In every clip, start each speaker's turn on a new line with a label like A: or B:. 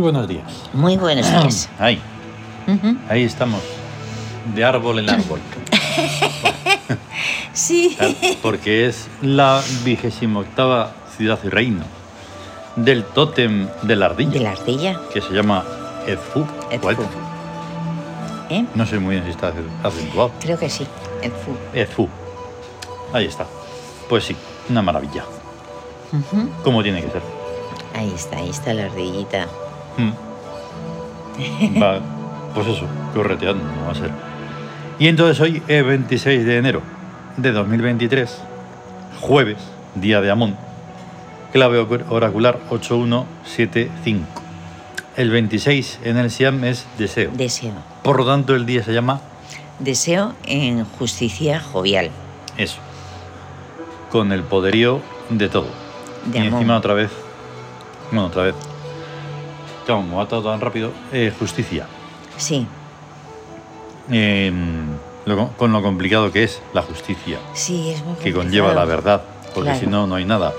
A: buenos días.
B: Muy buenos
A: Ah.
B: días.
A: Ahí,
B: Ujú.
A: ahí estamos, de árbol en árbol.
B: Sí.
A: Claro, porque es la vigésima octava ciudad y reino del tótem de la ardilla,
B: De la ardilla.
A: que se llama Edfu. o
B: Edfu. ¿Eh?
A: No sé muy bien si está acen- acentuado.
B: Creo que sí. El Eh, fu.
A: Edfu. Ahí está. Pues sí, una maravilla.
B: Ujú.
A: Como tiene que ser.
B: Ahí está, ahí está la ardillita.
A: Mm. Hmm. Va, pues eso, correteando no va a ser. Y entonces hoy es 26 de enero de 2023, jueves, día de Amón, clave or- oracular 8175. El 26 en el Siam es deseo.
B: Deseo.
A: Por lo tanto, el día se llama
B: Deseo en justicia jovial.
A: eso, con el poderío de todo.
B: De
A: y
B: Amón.
A: encima otra vez, bueno, otra vez, como ha estado tan rápido, eh, justicia.
B: Sí,
A: eh, lo co- con lo complicado que es la justicia,
B: sí, es muy
A: que conlleva la
B: complicado,
A: verdad, porque
B: Claro.
A: si no, no hay nada.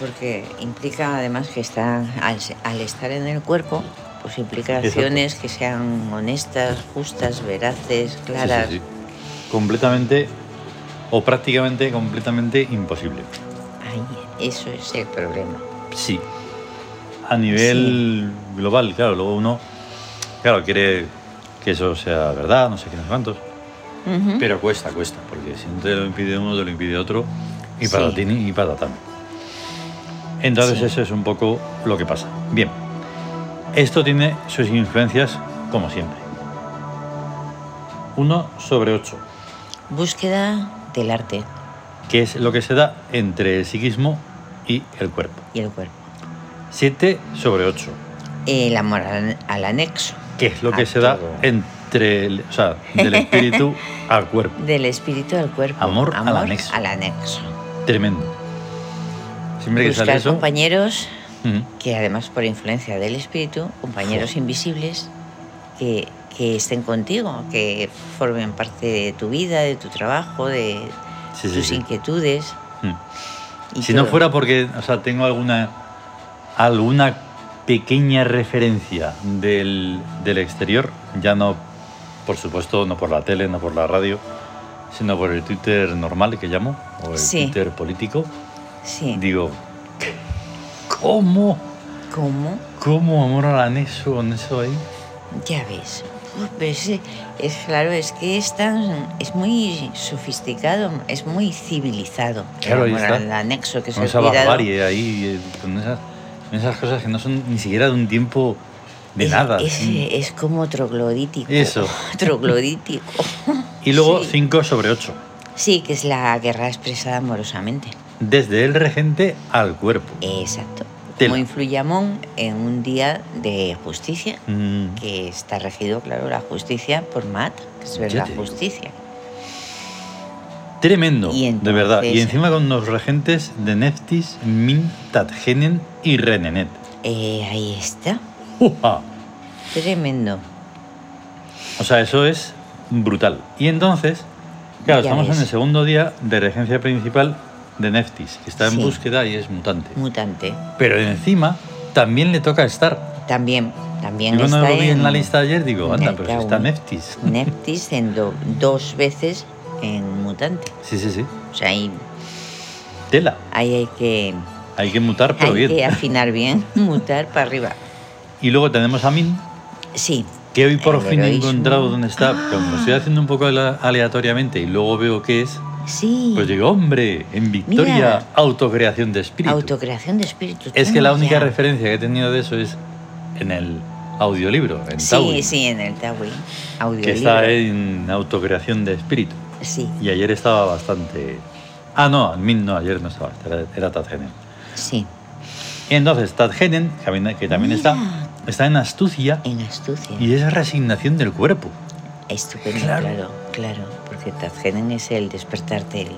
B: Porque implica además que está, al, se- al estar en el cuerpo, pues implica acciones que sean honestas, justas, veraces,
A: Sí, sí,
B: claras.
A: sí. Completamente, o prácticamente completamente imposible.
B: Ay, eso es el problema.
A: Sí. A nivel global, claro, luego uno, claro, quiere que eso sea verdad, no sé qué, no sé cuántos,
B: Ujú.
A: pero cuesta, cuesta, porque si no te lo impide uno, te lo impide otro, y
B: Sí.
A: patatín y patatán. Entonces
B: Sí.
A: eso es un poco lo que pasa. Bien, esto tiene sus influencias como siempre. 1 sobre 8,
B: Búsqueda del arte
A: que es lo que se da entre el psiquismo y el cuerpo.
B: y el cuerpo.
A: 7 sobre 8,
B: El amor al, al anexo,
A: que es lo
B: A
A: que se da
B: todo.
A: entre el, o sea, del espíritu al cuerpo.
B: del espíritu al cuerpo.
A: Amor al anexo.
B: al anexo.
A: Tremendo. Siempre que sale
B: Buscar
A: eso. mm,
B: compañeros
A: ujú.
B: que además por influencia del espíritu, compañeros invisibles que, que estén contigo, que formen parte de tu vida, de tu trabajo, de
A: Sí, sí,
B: tus
A: sí.
B: inquietudes.
A: Mm.
B: y
A: Si no
B: todo.
A: fuera porque, o sea, tengo alguna alguna pequeña referencia del, del exterior, ya no, por supuesto, no por la tele, no por la radio, sino por el Twitter normal que llamo, o el
B: Sí.
A: Twitter político,
B: Sí.
A: digo, ¿cómo?
B: ¿Cómo?
A: ¿Cómo amor al anexo con eso ahí?
B: Ya ves. Uf, pero es, es claro, es que es, tan, es muy sofisticado, es muy civilizado. el
A: Claro, ahí
B: amor
A: está.
B: al anexo que se
A: Con
B: ha
A: esa
B: cuidado.
A: barbarie ahí, eh, con esas, con esas cosas que no son ni siquiera de un tiempo de
B: Es-
A: nada.
B: Es, es como troglodítico.
A: Eso.
B: Troglodítico.
A: y luego
B: sí.
A: 5 sobre 8.
B: Sí, que es la guerra expresada amorosamente.
A: Desde el regente al cuerpo.
B: Exacto.
A: Tela.
B: Como influye Amón en un día de justicia,
A: Mm,
B: que está regido, claro, la justicia por Mat, que es ver
A: Ya
B: la
A: te digo.
B: justicia.
A: tremendo,
B: Y
A: de verdad. Y
B: entonces-
A: encima con los regentes de Neftis, Min, Tatgenen y Renenet.
B: Eh, ahí está.
A: ¡Ujá!
B: Tremendo.
A: O sea, eso es brutal. Y entonces, claro,
B: Ya
A: estamos
B: ves.
A: en el segundo día de regencia principal de Neftis, que está en
B: Sí.
A: búsqueda y es mutante.
B: Mutante.
A: Pero encima también le toca estar.
B: También,
A: Yo
B: también
A: cuando
B: está
A: lo vi en... la lista ayer digo, anda,
B: en
A: pero
B: el
A: si está
B: Taumi.
A: Neftis.
B: Neptis en do- dos veces en mutante.
A: Sí, sí, sí.
B: O sea, ahí,
A: Tela.
B: ahí hay que,
A: Hay que mutar, pero
B: hay
A: bien.
B: que afinar bien, mutar para arriba.
A: Y luego tenemos a Min,
B: Sí,
A: que hoy por
B: El
A: fin he
B: heroísmo. Ah.
A: encontrado dónde está. Como lo estoy haciendo un poco ale- aleatoriamente y luego veo qué es,
B: sí.
A: pues digo, hombre, en Victoria,
B: Mira.
A: autocreación de espíritu.
B: Autocreación de espíritu.
A: es que
B: toma
A: la única
B: ya.
A: referencia que he tenido de eso es en el audiolibro, en
B: Sí,
A: Tawi,
B: sí, en el Tawi.
A: que
B: Audiolibro.
A: está en autocreación de espíritu.
B: Sí,
A: Y ayer estaba bastante... Ah, no, Min no, ayer no estaba, era, era Tadgenen.
B: sí.
A: Y entonces Tadgenen, que también- que también está,
B: Mira.
A: está en astucia
B: En astucia.
A: y es resignación del cuerpo.
B: Estupendo,
A: Claro.
B: claro, claro. porque Tadgenen es el despertar del,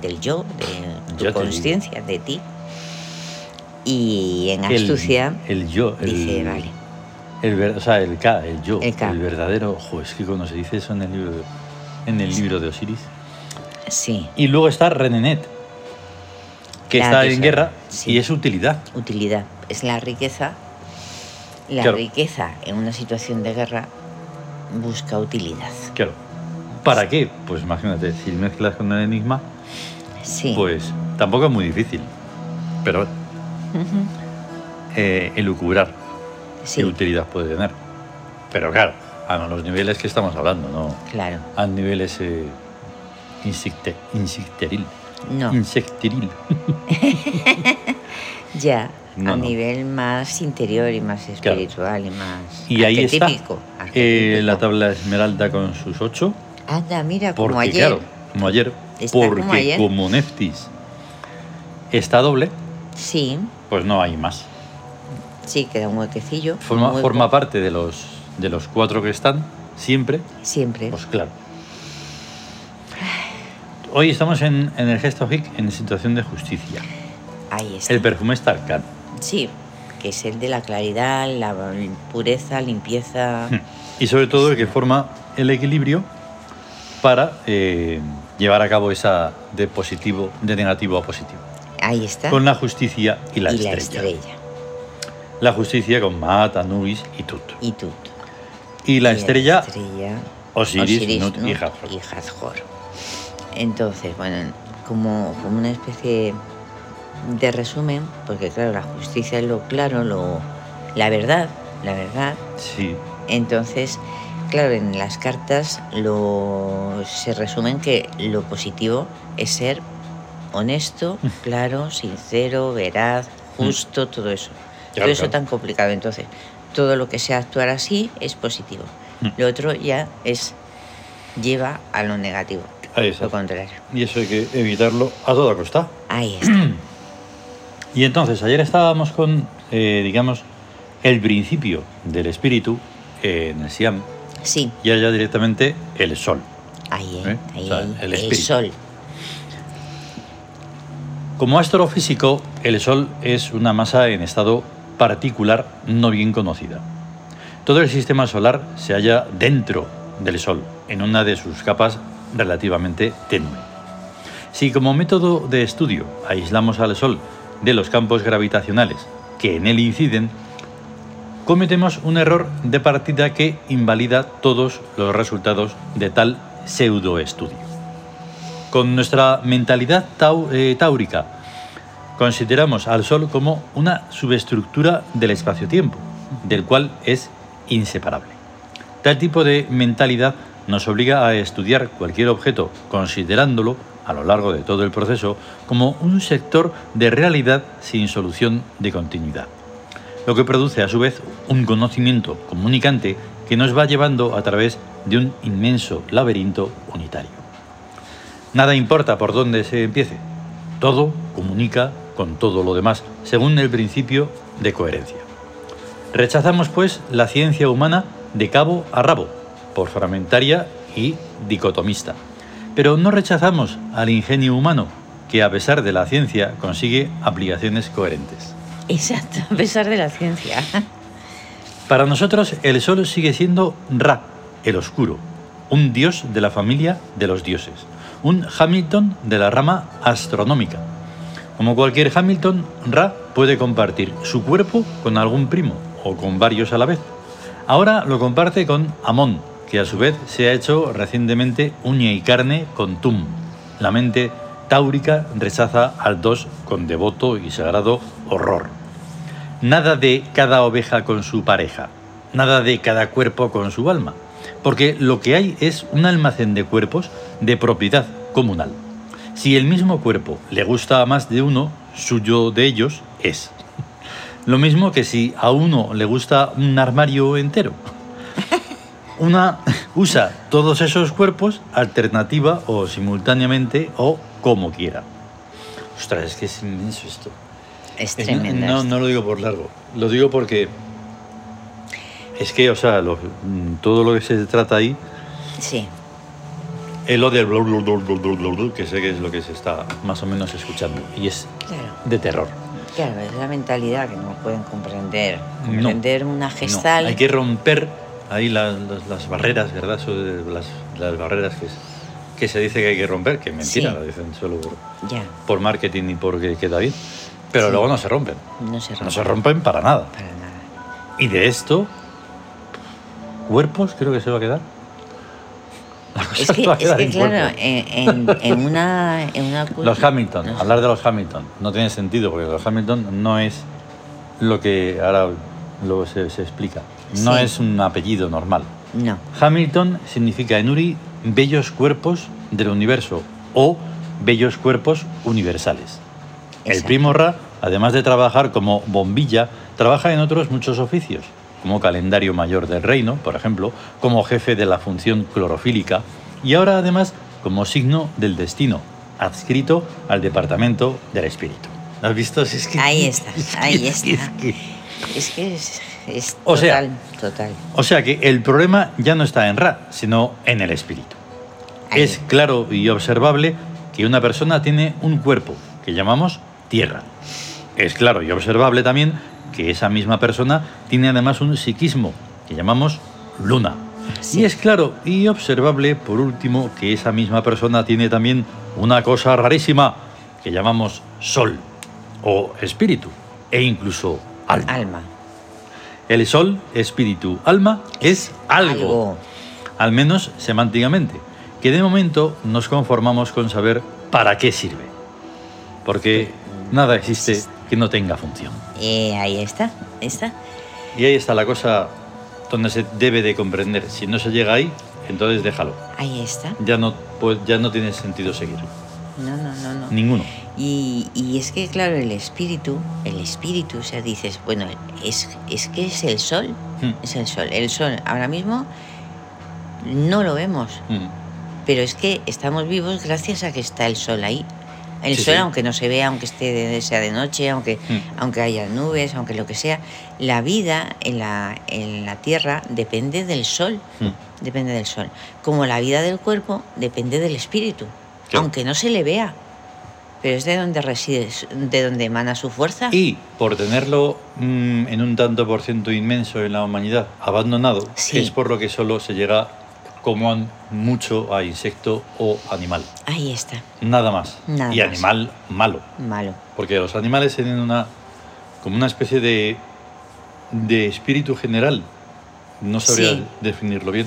B: del yo, de
A: Ya
B: tu
A: te
B: conciencia, de ti. Y en
A: El-
B: astucia
A: El, yo. El,
B: dice, vale,
A: El ver- o sea, el K, el yo, el,
B: El Ka.
A: verdadero. Ojo, es que cuando se dice eso en el libro de, en el libro de Osiris.
B: sí,
A: Y luego está Renenet, que
B: La
A: está
B: diosa,
A: en guerra
B: sí.
A: y es utilidad.
B: utilidad, es la riqueza La
A: Claro.
B: riqueza en una situación de guerra busca utilidad.
A: Claro. ¿Para qué? Pues imagínate, si mezclas con el enigma,
B: Sí.
A: pues tampoco es muy difícil. Pero
B: Ujú.
A: eh, elucubrar
B: Sí,
A: qué utilidad puede tener. Pero claro, a los niveles que estamos hablando, no
B: claro.
A: a niveles eh, insecte- insecteril.
B: No,
A: Mm. Insecteril.
B: ya.
A: No,
B: a
A: no.
B: nivel más interior y más
A: Claro.
B: espiritual y más.
A: Y ahí está
B: arquetípico,
A: eh,
B: arquetípico.
A: la tabla esmeralda con sus ocho.
B: Anda, mira,
A: Porque,
B: como ayer.
A: claro, como ayer.
B: Está como
A: porque como,
B: ayer.
A: Neftis está doble,
B: Sí,
A: pues no hay más.
B: sí, queda un huequecillo.
A: Forma,
B: un hueco,
A: forma parte de los, de los cuatro que están siempre,
B: Siempre.
A: pues claro. Hoy estamos en, en el gesto hic en situación de justicia.
B: ahí está.
A: El perfume está arcano.
B: Sí, que es el de la claridad, la pureza, limpieza.
A: Y sobre todo el que forma el equilibrio para eh, llevar a cabo esa de positivo, de negativo a positivo.
B: ahí está.
A: Con la justicia y la,
B: y
A: estrella.
B: la estrella.
A: La justicia con Maat, Anubis y Tut.
B: Y tú.
A: Y la
B: Y
A: estrella,
B: estrella,
A: Osiris, Nut y
B: Nut
A: Hathor.
B: y Hathor. Entonces, bueno, como, como una especie de resumen, porque claro, la justicia es lo claro, lo, la verdad, la verdad.
A: Sí,
B: Entonces, claro, en las cartas lo, se resumen que lo positivo es ser honesto,
A: Mm.
B: claro, sincero, veraz, justo, todo eso.
A: Claro,
B: todo
A: Mm.
B: eso
A: claro.
B: tan complicado. Entonces, todo lo que sea actuar así es positivo.
A: Mm.
B: Lo otro ya es lleva a lo negativo,
A: ahí
B: lo
A: está.
B: contrario.
A: Y eso hay que evitarlo a toda costa.
B: Ahí está.
A: Y entonces, ayer estábamos con, eh, digamos, el principio del espíritu eh, en el Siam
B: Sí,
A: y allá directamente el sol.
B: ahí,
A: ¿Eh?
B: ahí, ahí,
A: O sea,
B: ahí.
A: el
B: el,
A: espíritu.
B: sol.
A: Como astrofísico, el Sol es una masa en estado particular no bien conocida. Todo el sistema solar se halla dentro del Sol, en una de sus capas relativamente tenue. Si como método de estudio aislamos al Sol de los campos gravitacionales que en él inciden, cometemos un error de partida que invalida todos los resultados de tal pseudoestudio. Con nuestra mentalidad tau- eh, táurica, consideramos al Sol como una subestructura del espacio-tiempo, del cual es inseparable. Tal tipo de mentalidad nos obliga a estudiar cualquier objeto, considerándolo a lo largo de todo el proceso como un sector de realidad sin solución de continuidad lo que produce a su vez un conocimiento comunicante que nos va llevando a través de un inmenso laberinto unitario. Nada importa por dónde se empiece, todo comunica con todo lo demás, según el principio de coherencia. Rechazamos pues la ciencia humana de cabo a rabo, por fragmentaria y dicotomista. Pero no rechazamos al ingenio humano, que a pesar de la ciencia consigue aplicaciones coherentes.
B: Exacto, a pesar de la ciencia.
A: Para nosotros el sol sigue siendo Ra, el oscuro, un dios de la familia de los dioses, un Hamilton de la rama astronómica. Como cualquier Hamilton, Ra puede compartir su cuerpo con algún primo o con varios a la vez. Ahora lo comparte con Amón, que a su vez se ha hecho recientemente uña y carne con Tum. La mente táurica rechaza al dos con devoto y sagrado horror. Nada de cada oveja con su pareja, nada de cada cuerpo con su alma, porque lo que hay es un almacén de cuerpos de propiedad comunal. Si el mismo cuerpo le gusta a más de uno, suyo de ellos es. Lo mismo que si a uno le gusta un armario entero. Una usa todos esos cuerpos alternativa o simultáneamente o como quiera. Ostras, es que es inmenso esto.
B: Es
A: Es-
B: tremendo.
A: Eh, No,
B: esto.
A: no lo digo por largo. Lo digo porque es que, o sea, lo- mm, todo lo que se trata ahí
B: Sí,
A: es lo del blur, blur, blur, blur, blur, blur, blur, que sé que es lo que se está más o menos escuchando y es
B: claro.
A: de terror.
B: Claro, es la mentalidad que no pueden comprender. Comprender una
A: No,
B: gestal.
A: hay que romper ahí la- las, las barreras, ¿verdad? Eso de las, las barreras que, es- que se dice que hay que romper, que es mentira,
B: Sí.
A: lo dicen solo por,
B: Ya,
A: por marketing y porque queda bien. Pero
B: Sí.
A: luego no se rompen.
B: no se rompe.
A: No se rompen para nada.
B: Para nada.
A: Y de esto, cuerpos creo que se va a quedar. La cosa
B: Es que,
A: se va a
B: es
A: quedar
B: que,
A: en
B: claro,
A: cuerpos.
B: en, en- en una, en una cultu-
A: Los Hamilton,
B: no sé.
A: hablar de los Hamilton, no tiene sentido porque los Hamilton no es lo que ahora luego se, se explica. No
B: Sí.
A: es un apellido normal.
B: No,
A: Hamilton significa en Uri bellos cuerpos del universo o bellos cuerpos universales. El
B: Exacto.
A: primo Ra, además de trabajar como bombilla, trabaja en otros muchos oficios, como calendario mayor del reino, por ejemplo, como jefe de la función clorofílica y ahora además como signo del destino, adscrito al departamento del espíritu. ¿Has visto? Si es que-
B: Ahí está,
A: es que-
B: ahí
A: es que-
B: está.
A: es que-
B: es que es, es
A: O sea,
B: total, total.
A: O sea que el problema ya no está en Ra, sino en el espíritu.
B: Ahí.
A: Es claro y observable que una persona tiene un cuerpo que llamamos tierra. Es claro y observable también que esa misma persona tiene además un psiquismo que llamamos luna.
B: Sí.
A: Y es claro y observable, por último, que esa misma persona tiene también una cosa rarísima que llamamos sol o espíritu e incluso alma.
B: Alma.
A: El sol, espíritu, alma es algo al menos semánticamente, que de momento nos conformamos con saber para qué sirve. Porque nada existe que no tenga función.
B: Eh, ahí está, está.
A: Y ahí está la cosa donde se debe de comprender. Si no se llega ahí, entonces déjalo.
B: Ahí está.
A: Ya no, pues, ya no tiene sentido seguir.
B: No, no, no, no.
A: Ninguno.
B: Y, y es que, claro, el espíritu, el espíritu, o sea, dices, bueno, es, es que es el sol,
A: Mm,
B: es el sol. El sol ahora mismo no lo vemos,
A: mm.
B: pero es que estamos vivos gracias a que está el sol ahí. El
A: Sí,
B: sol,
A: sí.
B: aunque no se vea, aunque esté de- sea de noche, aunque,
A: Mm.
B: aunque haya nubes, aunque lo que sea, la vida en la, en la Tierra depende del sol.
A: Mm.
B: depende del sol. Como la vida del cuerpo depende del espíritu,
A: Claro.
B: aunque no se le vea. Pero es de donde reside, es de donde emana su fuerza.
A: Y por tenerlo mm, en un tanto por ciento inmenso en la humanidad, abandonado,
B: Sí.
A: es por lo que solo se llega como an- mucho a insecto o animal.
B: Ahí está,
A: Nada más.
B: Nada
A: y
B: más.
A: animal malo.
B: malo.
A: Porque los animales tienen una. como una especie de. de espíritu general. No sabría
B: Sí.
A: definirlo bien.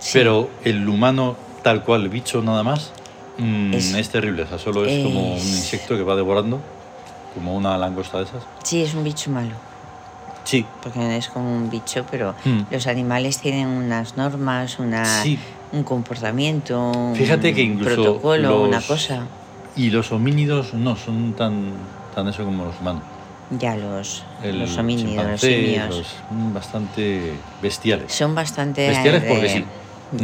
B: Sí.
A: Pero el humano, tal cual, bicho nada más, mm, es,
B: Es-
A: terrible. O sea, solo es, como un
B: es-
A: insecto que va devorando. Como una langosta de esas.
B: Sí, es un bicho malo,
A: Sí.
B: porque es como un bicho, pero
A: Mm.
B: los animales tienen unas normas, una,
A: Sí.
B: un comportamiento,
A: Fíjate
B: Ah, un
A: que incluso
B: protocolo,
A: los-
B: una cosa.
A: Y los homínidos no son tan. tan eso como los humanos.
B: Ya los,
A: El
B: los homínidos, los
A: chimpancé,
B: simios,
A: los, mm, bastante bestiales.
B: son bastante...
A: Bestiales
B: de-
A: porque sí.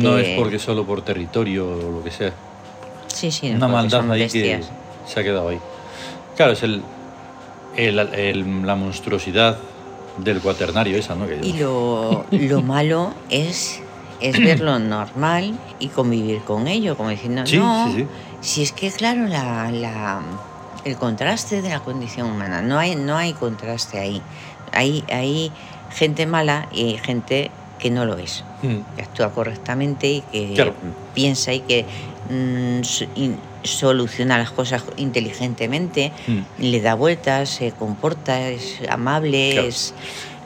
A: No
B: de-
A: es porque solo por territorio o lo que sea.
B: Sí, sí,
A: Una
B: porque
A: maldad
B: son
A: ahí
B: bestias.
A: que se ha quedado ahí. Claro, es el, el- el- la monstruosidad del cuaternario esa, ¿no? Que
B: Y lo, lo malo es, es verlo normal y convivir con ello, como diciendo,
A: Sí,
B: no,
A: sí, sí.
B: si es que claro, la, la- el contraste de la condición humana, no hay, no hay contraste ahí. Hay, hay gente mala y hay gente que no lo es,
A: Mm,
B: que actúa correctamente y que
A: Claro.
B: piensa y que mm, so- in- soluciona las cosas inteligentemente
A: mm.
B: le da vueltas, se comporta, es amable,
A: Claro.
B: es...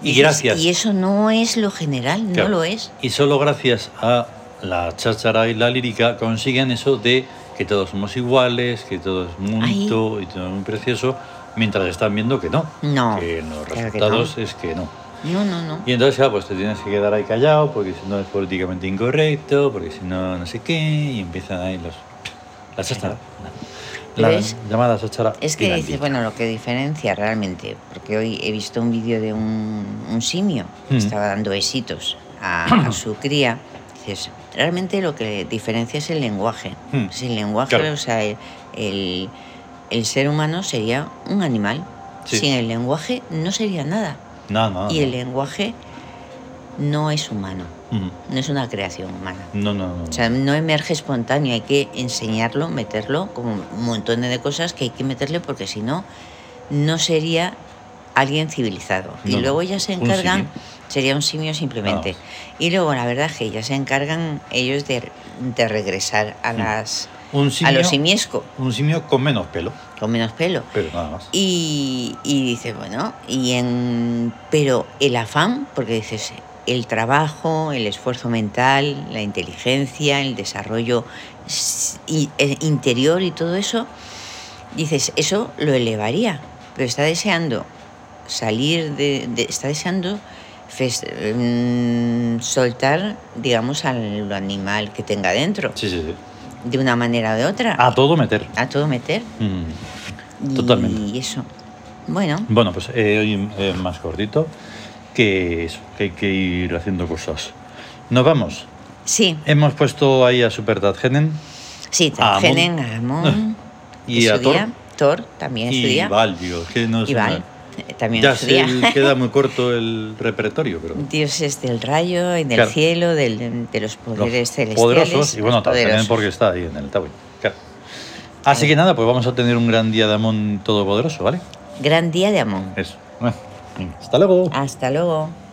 A: Y
B: dices,
A: gracias.
B: Y eso no es lo general,
A: Claro.
B: no lo es.
A: Y solo gracias a la cháchara y la lírica consiguen eso de que todos somos iguales, que todo es muy
B: Ahí.
A: bonito y todo es muy precioso, mientras están viendo que no.
B: No,
A: Que en los
B: claro que no.
A: resultados es que no.
B: No, no, no.
A: Y entonces, ah, pues te tienes que quedar ahí callado porque si no es políticamente incorrecto, porque si no, no sé qué, y empiezan ahí los. La cháchara. La
B: Pero es-
A: llamada cháchara.
B: Es que
A: finlandesa.
B: dice, bueno, lo que diferencia realmente, porque hoy he visto un vídeo de un, un simio que
A: Mm.
B: estaba dando besitos a, a su cría. Dices, realmente lo que diferencia es el lenguaje.
A: Mm.
B: Es el lenguaje,
A: Claro.
B: o sea, el, el- el ser humano sería un animal.
A: Sí.
B: Sin el lenguaje no sería nada.
A: No, no.
B: Y el
A: no.
B: lenguaje no es humano,
A: Mm.
B: no es una creación humana.
A: No, no, no.
B: O sea, no emerge espontáneo, hay que enseñarlo, meterlo, como un montón de cosas que hay que meterle porque si no, no sería alguien civilizado.
A: No,
B: y
A: no,
B: luego ya se
A: un
B: encargan Sería un simio simplemente.
A: Vamos.
B: Y luego la verdad es que ya se encargan ellos de, de regresar a las
A: Un
B: a
A: simio,
B: los simiesco
A: un simio con menos pelo,
B: con menos pelo.
A: pero nada más.
B: Y, y dices, bueno, y en, pero el afán, porque dices, el trabajo, el esfuerzo mental, la inteligencia, el desarrollo s- y- e- interior y todo eso, dices, eso lo elevaría, pero está deseando salir de, de- está deseando fes- mm, soltar, digamos, al animal que tenga dentro,
A: Sí, sí, sí.
B: de una manera o de otra,
A: A todo meter.
B: a todo meter.
A: Mm.
B: Y
A: Totalmente.
B: eso. Bueno,
A: Bueno, pues eh, hoy eh, más cortito que eso, que hay que ir haciendo cosas. Nos vamos.
B: sí,
A: Hemos puesto ahí a Super Dad Genen
B: sí,
A: Amon.
B: Tangenen, Amon.
A: y
B: es
A: a
B: su
A: Thor
B: día. Thor también es su
A: y
B: día.
A: Val, digo, que no
B: Y
A: sé
B: Val,
A: nada.
B: eh, también
A: Ya
B: es su
A: se
B: día.
A: le queda muy corto el repertorio, pero
B: Dioses del rayo y del
A: Claro.
B: cielo, del- de
A: los
B: los poderes celestiales.
A: poderosos y bueno,
B: los
A: también
B: poderosos.
A: porque está ahí en el Tawin. Claro. Así
B: Ahí.
A: que nada, pues vamos a tener un gran día de Amón todopoderoso, ¿vale?
B: Gran día de Amon.
A: Eso. Venga, Hasta luego.
B: Hasta luego.